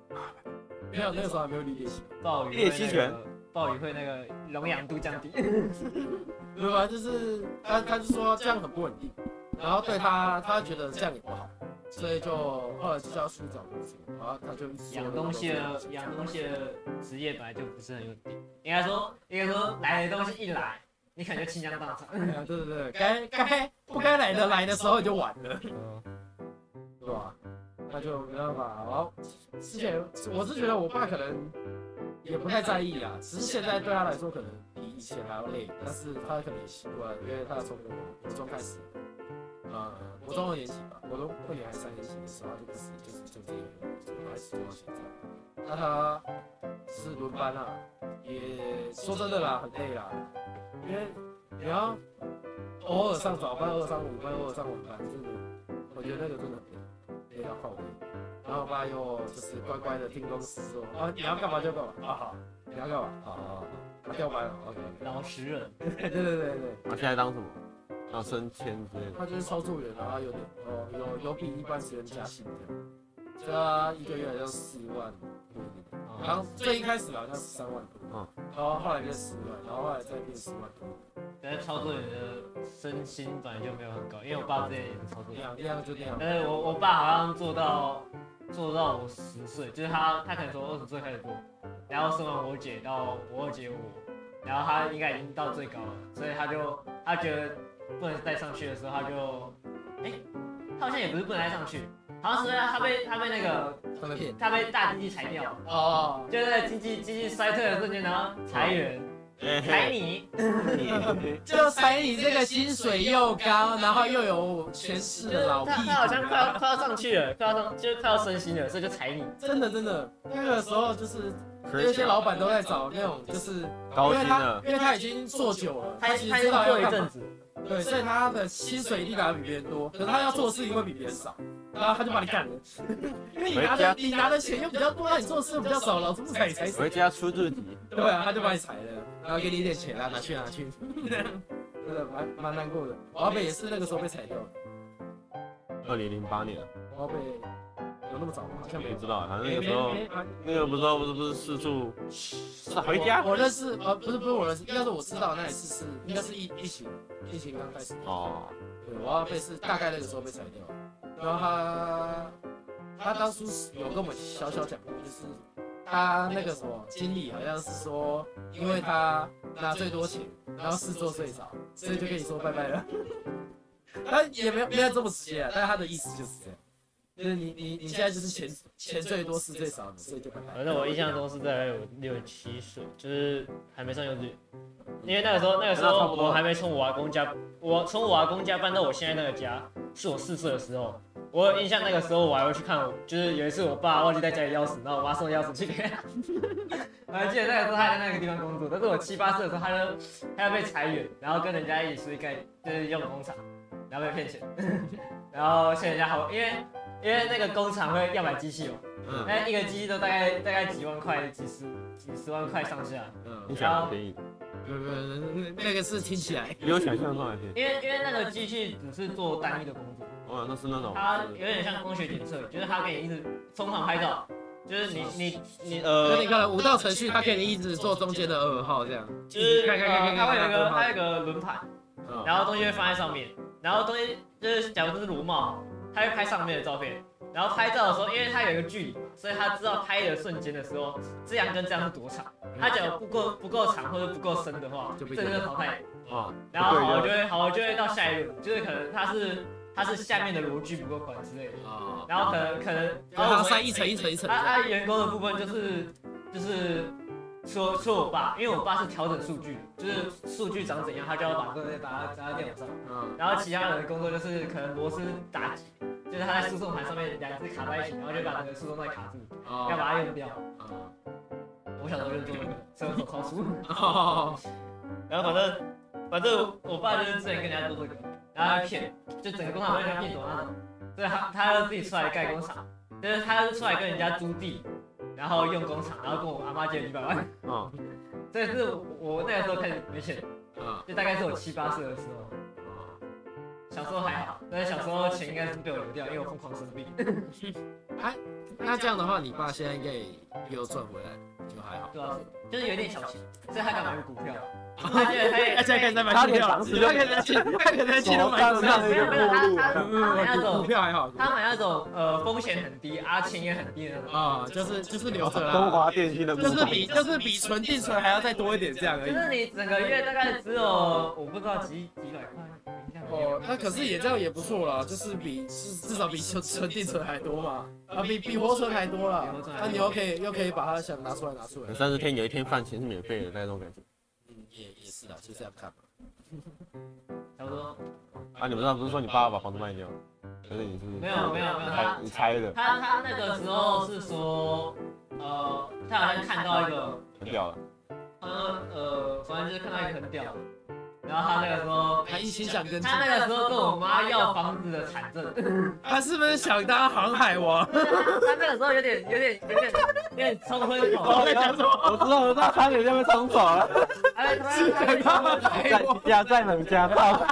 没有，那个时候还没有绿鬣蜥。 (laughs) 暴雨，猎蜥犬，暴雨会那个溶氧度降低。对吧？就是他，他就说这样很不稳定，然后对他，他觉得这样也不好，所以就后来就叫去找工作，然后他就一直说养东西的养东西的职业本来就不是很稳定，应该说应该说来的东西一来，你可能就倾家荡产。对啊对对对，该该不该来的来的时候就晚了， (laughs) 对吧？那就没办法。然后之前我是觉得我爸可能也不太在意啊，只是现在对他来说可能比以前还要累，但是他可能也习惯，因为他从国中开始，呃，国中二年级吧，国中二年还是三年级的时候，他就开始就是就这个工作开始做到现在。那他是轮班啊，也说真的啦，很累啦，因为你要偶尔上早班，偶尔上午班，偶尔上晚班，真的，我觉得那个真的很累，累到靠背。然后我爸又就是乖乖的听公司说，啊，你要干嘛就干嘛，啊好，你要干嘛，好好好，他调班了，OK， (laughs) 老实人，对对对对对，他啊现在当什么？当升迁之类的。他就是操作员，然后有点哦，有有比一般职员加薪的，所以他一个月好像四万多一点。然后最一开始好像是三万多，嗯然后后来变十万，然后后来再变十万多，但嗯是操作员的身心本来就没有很高，因为我爸之前也是操作那员，样那样就那样。但是呃我我爸好像做到做到我十岁，就是他他可能从二十岁开始做，然后生完我姐到我二姐我，然后他应该已经到最高了，所以他就他觉得不能再上去的时候，他就哎、他好像也不是不能再上去，好像是他被他被那个他的他被大经济裁掉了，哦，就是在经济经济衰退的瞬间，然后裁员嗯哎裁你。嘿就彩你这个薪水又高，然后又有权势就是的老屁他他好像股快要快要上去了，快要上就是快要升薪了，所以就裁你。真的真的，那个时候就是可那以些老板都在找那种就是，因高为薪他了，因为他已经做久了，他他他其经实知道做要一干阵嘛，子，对，所以他的薪水一定拿得比别人多，可是他要做的事情会比别人少，然后他就把你干了， (laughs) 因为你拿的你拿的钱又比较多，那你做的事又比较少，老子不踩你踩死，回家出自己。对啊，他就把你踩了，然后给你一点钱啊啦，拿去拿去， (laughs) 真的蛮蛮难过的。我阿北也是那个时候被踩掉的，二零零八年，我阿北有那么早吗？好像没你有知。道，反正那个时候，没没没那个不知道不是不是四处是回家我我认识，呃，不是不是我认识，应该是我知道那一次是应该是疫疫情，疫情刚开始，哦，对，我要被是大概那个时候被裁掉，然后他他当初是有跟我们小小讲过，就是他那个什么经理好像是说，因为他拿最多钱，然后事做最少，所以就跟你说拜拜了。 (laughs) 他也没有没有这么直接啊，但他的意思就是这样，就是你你你现在就是钱钱最多事最少的，所以就拜拜。反正哦我印象中是在我六七岁，就是还没上幼稚园，因为那个时候那个时哦那差候不多我还没从我阿公家，我从我阿公家搬到我现在那个家，是我四岁的时候。我有印象那个时候我还会去看我，就是有一次我爸忘记带家里钥匙，然后我妈送钥匙去给 (laughs) 他。我还记得那个时候他还在那个地方工作，但是我七八岁的时候他就他就被裁员，然后跟人家一起出去干，就是用工厂，然后被骗钱， (laughs) 然后欠人家好，因为因为那个工厂会要买机器嘛，嗯那一个机器都大概大概几万块，几十几十万块上下。你嗯，想便宜，不不不，那个是听起来。比我想象中还便宜。因为因为那个机器只是做单一的工作，哇，那是那种它有点像光学检测，就是它可以一直疯狂拍照，就是你你你就呃那，个五道程序，它可以一直做中间的二号这样，就是看看看呃看看它会有一个它看有一个轮盘，嗯然后东西会放在上面，然后东西就是假如这是螺帽，它会拍上面的照片，然后拍照的时候，因为它有一个距离嘛，所以它知道拍的瞬间的时候，这样跟这样是多长，它假如不够不够长或者不够深的话，就这被个就是淘汰。啊，然后好，我就对会好，我就会到下一轮，就是可能它是它是下面的逻辑不够宽之类的，啊，哦然后可能可能，然后我塞一层一层一层啊。啊员工的部分就是就是说说我爸，因为我爸是调整数据，就是数据长怎样，他就要把这个打打到电脑上，嗯，然后其他人的工作就是可能螺丝打结，就是他在输送盘上面两只卡在一起，然后就把整个输送带卡住，哦要把它用掉。我小时候就做这个，所以我手超粗。哦， (laughs) 然后反正反正我爸就是之前跟人家做这个，然后他骗，就整个工厂被他骗走那种，所以他他就自己出来盖工厂，就是他就出来跟人家租地，然后用工厂，然后跟我阿妈借了一百万， (laughs) 嗯所以是我那个时候开始没钱，嗯，就大概是我七八岁的时候，小时候还好，但是小时候钱应该是被我流掉，因为我疯狂生病，那这样的话，你爸现在应该也有赚回来，就还好。对啊，就是有点小钱，所以他敢买股票，他觉得他也他 (laughs) 现在开始在买他股连票了，房子都他开始在去，他开始在去都买手股票上了。有没有没有他他他买那嗯，股种票还好他买那种呃风险很低，啊钱也很低的那种。啊，就是就是留着中啦，华电信的股就是票比就是比存定存还要再多一点这样而就已。是你整个月大概只有我不知道几几百块，一下没有哦，那可是也这样也不错啦，就是比至至少比存存定存还多嘛，啊，比比活存还多啦比活。存还那多你又可以又可以把它想拿出来拿出来。三十天有一天饭钱是免费的那种感觉。嗯，也也是啊，就这样看嘛。差不多。啊，你们那不是说你爸爸把房子卖掉？可是你是没有没有没有他你猜的，他他那个时候是说，呃，他好像看到一个，很屌了。呃呃，反正就是看到一个很屌的，然后他那个时候，他一心想跟他那个时候跟我妈要房子的产证，他是不是想当航海 (laughs) 王？他那个时候有点有点有点有点冲昏头，在讲什么？我知道，我知道，差点就被冲走了。哎他他他们他台湾家啊在冷家暴，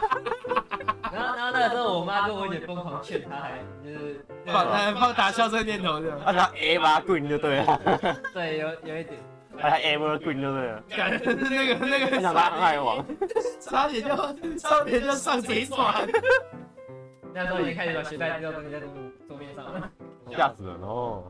然后然后那个时候我妈跟我姐疯狂劝他，还就是放哎放打消这个念头的，啊，他 A 吧棍就对了，对有有一点，他哎 A 吧棍就对了，感觉那个那他个想当航海 (laughs) 王。差点就差点就上贼船。那时候已经开始把学贷这种东西在桌桌面上了。吓死人哦！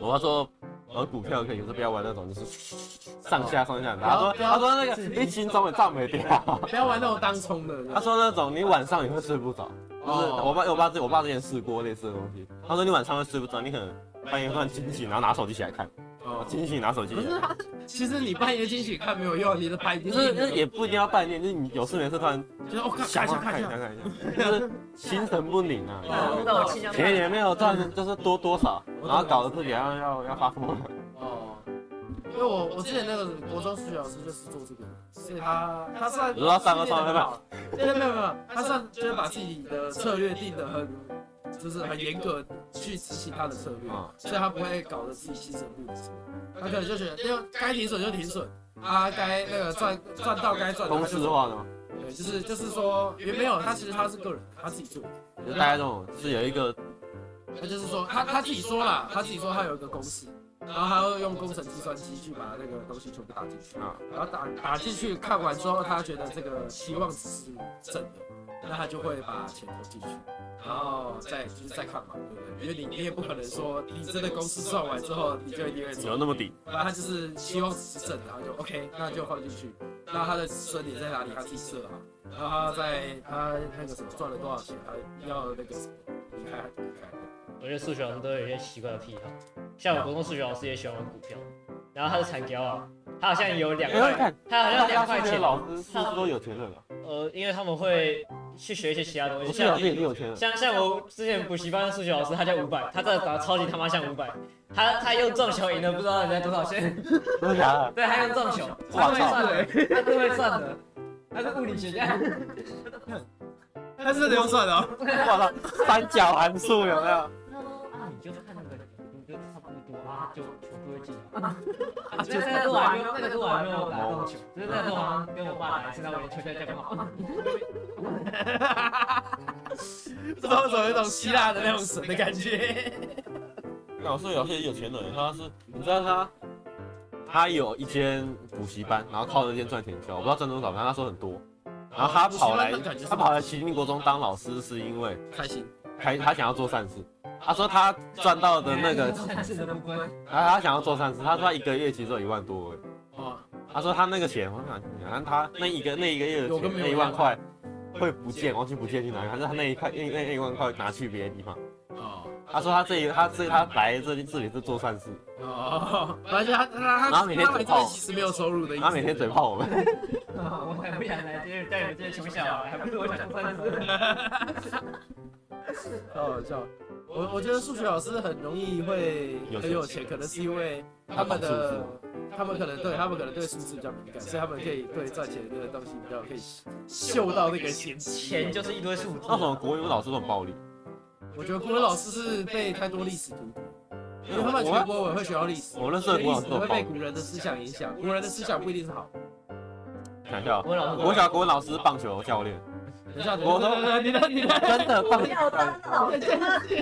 我妈说玩股票可以，可是不要玩那种就是上下上下的。她说她说那个你轻松的涨没啊 (laughs) 掉。不要玩那种当冲的。她说那种你晚上你会睡不着，就是我爸我爸之我爸之前试过类似的东西。她说你晚上会睡不着，你可能半夜突然惊醒，然后拿手机起来看，哦惊醒拿手机可起来是他，其实你半夜惊醒看没有用，你的牌看，就就是就是也不一定要半夜，就是你有事没事突然就是我看想看一要下看看一一下下，嗯看一下，就是心神不宁啊。嗯哦那我亲家钱也没有赚，就是多多少，然后搞得自己要要要发疯了。哦，因为我我之前那个国中数学老师就是做这个，所以他他算你说他上课上得慢，对对没有没有，他算就是把自己的策略定得很，就是很严格去执行他的策略，嗯所以他不会搞得自己心神不宁。他可能就觉得，因为该停损就停损，啊，该那个赚赚到该赚的嗯公他就式化的嘛，对，就是就是说，也没有，他其实他是个人，他自己做的。就大概这种，就是有一个他就是说，他他自己说啦，他自己说他有一个公式，然后他会用工程计算机去把那个东西全部打进去，啊，然后打打进去看完之后，他觉得这个期望值是正的，那他就会把钱投进去，然后再就是再看嘛，对不对？因为你你也不可能说你真的公式算完之后，你就一定会有中，那么底，然后他就是期望值是正的，然后就 OK，那就放进去，那他的止损点在哪里？他自己设好，然后他在他那个什么赚了多少钱，他要那个什么离开还是不离开。我觉得数学老师都有一些奇怪的癖好，像我国中数学老师也喜欢玩股票，然后他是产雕啊，他好像有两哎我块，看他好像大两块家是钱，老师是不是都有钱人了？呃，因为他们会去学一些其他东我西，是老像师也是有钱人，像像我之前补习班数学老师，他叫 (laughs) 伍佰，他真的长得超级他妈像伍佰，他他用撞球赢了不知道人家多少钱，真的假的？ (laughs) 对，还有撞球，他哇会操算的，他是会算 (laughs) 的，他是物理学家。但是流转哦，我操，三角函数有没有？啊，你就看那个，你就差不多啊，就全部会进。 (laughs) 啊，就那个我还没有，那个我还没有打嗯中球，就是那个我好像跟我爸打一次，那我连球在干 (laughs) 嘛？不知道为什么有一种希腊的那种神的感觉。老师有些有钱人，他是你知道他，他有一间补习班，然后靠那间赚钱交，我不知道赚多少，反正他说很哦多。然后他跑来，他跑来麒麟国中当老师，是因为开心，开他想要做善事。他说他赚到的那个，三次的不归，他他想要做善事。他说他一个月其实有一万多而已。哦，他说他那个钱，我想反正他那一个那一个月的有钱跟没有那一一万样啊块会不见，完全不见去哪里，反正他那一块那那那一万块拿去别的地方。哦，他说他这一他这他来这里这里是做善事，哦，而且他他然后每天他来这跑里其实没有收入的意思。 (laughs) 他每天嘴炮我们，我才不想来这些带你们这些穷小啊孩，还不如我想三次。好好笑。我我觉得数学老师很容易会很有钱，可能是因为他们的他们可能对他们可能对数字比较敏感，所以他们可以对赚钱这个东西比较可以嗅到那个嫌 (laughs) 弃。钱就是一堆数字啊那，种国语老师都很暴力。我觉得国文老师是被太多历史荼毒，因为他们全我国委会学到历史，我认识所的以国历文老史师都会很暴被力。古人的思想影响，古人的思想不一定是好的。想一下 (laughs) 哦，我老国小国文老师是棒球教练，等一下，我等一下，等一下，你的你的真的棒球教练。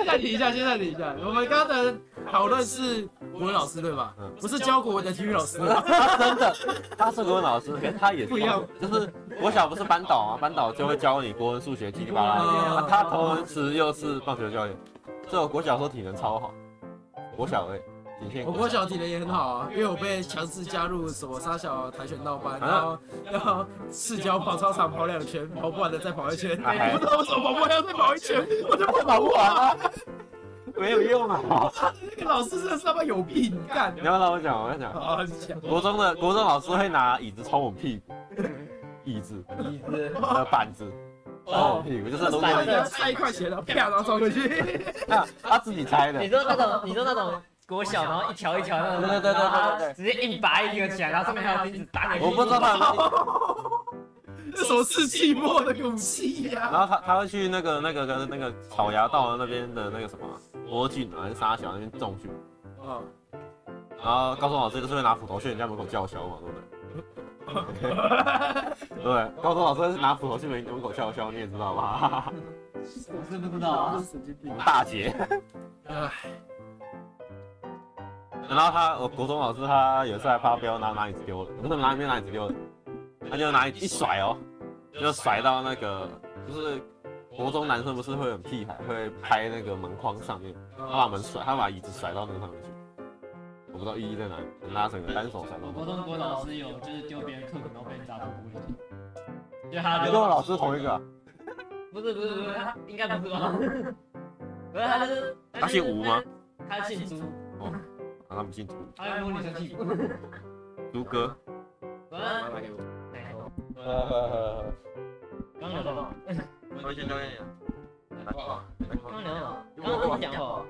暂停一下，先暂停一下。我们刚才讨论是国文老师对吧嗯？不是教国文的体育老师。他真的，他是国文老师，可是他也是不一样，就是国小不是班导嘛，啊班导就会教你国文、数学、叽里吧哦啦。啊他头文词又是棒球教练，所以我国小时候体能超好，国小哎，仅限我国小体能也很好啊，因为我被强制加入什么沙小跆拳道班，然啊后然后赤脚跑操场跑两圈，跑不完的再跑一圈。哎我不知道为什么跑不完要再跑一圈，我就不跑跑不不完完啊！啊，没有用啊！那个老师真的是他妈有病，干你！要让我讲，我要讲。好，你讲。国中的国中老师会拿椅子冲我屁股，椅子椅子，呃板子冲我哦，屁股，就是如果那你你要拆一块钱，然后啪，然后撞过去。那他自己拆的你，说那种，你说那种国小，然后一条一条那种，对对对对对然后他对直接硬拔一个起来，然后上面还有钉子打你。我不知道他有没有这首是寂寞的勇气呀、然后他他会去那个那个跟那个草芽道那边的那个什么魔镜啊，还是沙小那边种去，啊，然后高中老师就是会拿斧头去人家门口叫嚣嘛，对不对？对，高中老师是拿斧头去人家门口叫嚣，你也知道吧？我真的不知道啊。神经病我们大姐。啊！然后他，我国中老师他有一次还发飙，拿拿椅子丢了，不是拿没有拿椅子丢的，他就拿椅子一甩哦，就甩到那个，就是国中男生不是会很屁孩，会拍那个门框上面，他把门甩，他把椅子甩到那个上面去，我不知道意义在哪里，拿整个单手甩到我那。国中国老师有就是丢别人课本，然后被人砸到玻璃。就他你就跟我老师同一个啊、不是不是不是，他应该不是吧？不是，他就是他姓吴吗？他姓朱，啊，他们姓朱，他要摸女生屁股。朱哥。晚安，给我，奶头呃，刚聊到哪？我先交给你啊。刚聊到哪？刚刚跟你讲话，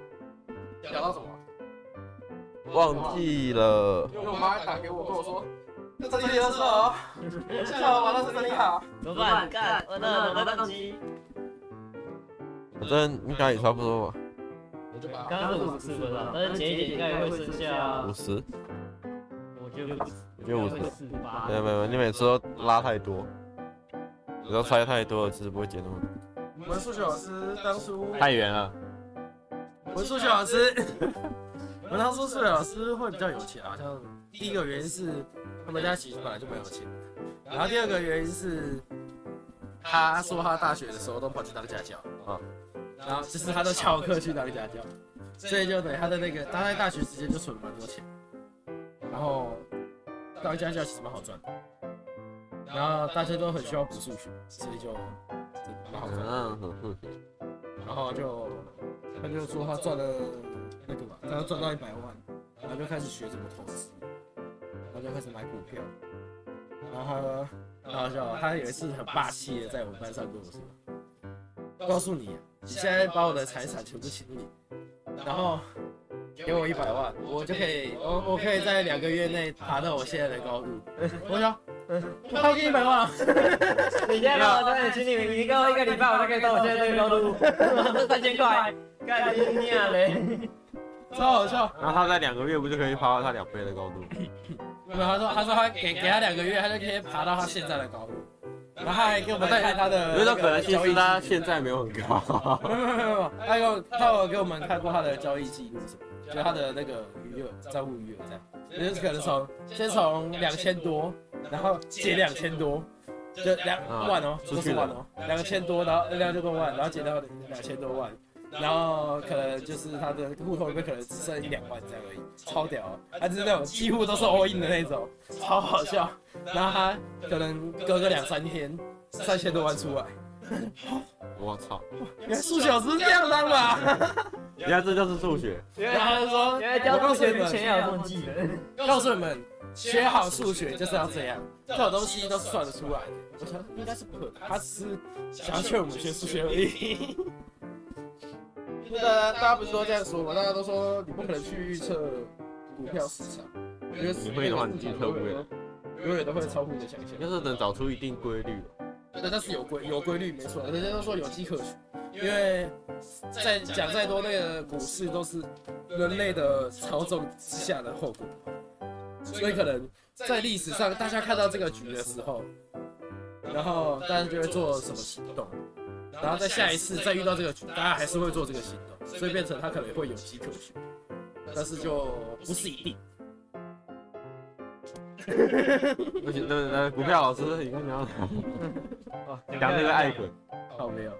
讲到什么？忘记了，因为我妈打给我，跟我说，这整理的时哦候，下午玩到整理好。怎么办？干，完了，我宕机。反正应该也差不多吧，我就把刚刚是五十四分了，但是减一点应该也会剩下，十，我觉得不止，我应该会四八。没有没有，你每次都拉太多，你都猜太多了，其实不会解那么多。我们数学老师当初，太远了，我们数学老师，我们当初数学老师会比较有钱，好像第一个原因是他们家其实本来就蛮有钱，然后第二个原因是他说他大学的时候都跑去当家教，啊，然后就是他都翘课去当家教，所以就等于他的那个他在大学时间就存了蛮多钱，然后当家教其实蛮好赚的，然后大家都很需要补数学，所以就蛮好赚的。嗯，然后就他就说他赚了那个嘛，他赚到一百万，然后就开始学怎么投资，然后就开始买股票，然后他好笑哦，他有一次很霸气的在我们班上跟我说，告诉你，你现在把我的财产全部清理，然后给我一百万，我就可以，我我可以在两个月内爬到我现在的高度。我想，他要给你一百万啊，你现在让我在群里面，你给我一个礼拜，我就可以到我现在这个高度，这三千块， (laughs) 干你娘嘞！超好笑。然后他在两个月不就可以爬到他两倍的高度？没有，他说他说他给给他两个月，他就可以爬到他现在的高度，然后他还给我们看他的，有一种可能性是他现在，在没有很高，没有没有没有没有，他有他有给我们看过他的交易记录什么，就是他的那个余额账户余额这样，就是可能从先从两千多，然后减两千多。就两万哦，出不啊去是了万哦，两千多，然后两千多万，然后减到两千多万，然后可能就是他的户头里面可能只剩一两万这样而已，超屌哦、他就是那种几乎都是 all in 的那种，超好笑。然后他可能隔个两三天，三千多万出来， (laughs) 我操！原来数学老师是这样当的、啊。你看这就是数学，原然来后他就说，原来我教告数诉学你之前要有这们，种技能，告诉你们，学好数学就是要这样，这种东西都是算得出来的。我想应该是不可能，他只是想要劝我们学数学而 (laughs) 已。那 (laughs) 大家大家不是都这样说吗？大家都说你不可能去预测股票市场，因为你会的话你自己特会了，永远都会超乎你的想象。要是能找出一定规律，对，但是有规有规律没错，人家都说有迹可循，因为再讲再多，那个股市都是人类的操纵之下的后果，所以可能在历史上大家看到这个局的时候，然后大家就会做什么行动，然后在下一次再遇到这个局，大家还是会做这个行动，所以变成它可能会有迹可循，但是就不是一定。而且那那股票老师，你看你要讲那个爱鬼，好，哦没有，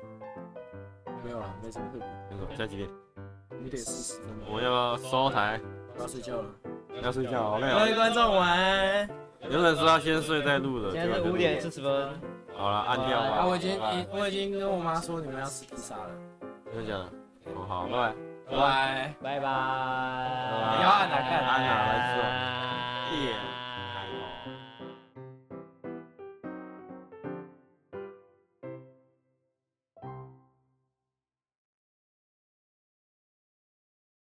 没有了，没什么特别。那种在几点？五点四十分了，我们要不要收台，我要睡觉了。要睡觉，好累各位哦。观众晚安。原本说要先睡再录的，现在结是果五就点四十分，好了，按掉吧。啊，我已拜经拜我已经跟我妈说你们要吃披萨了，真的假的？哦好，拜拜。拜拜。拜拜。哎要按哪个按哪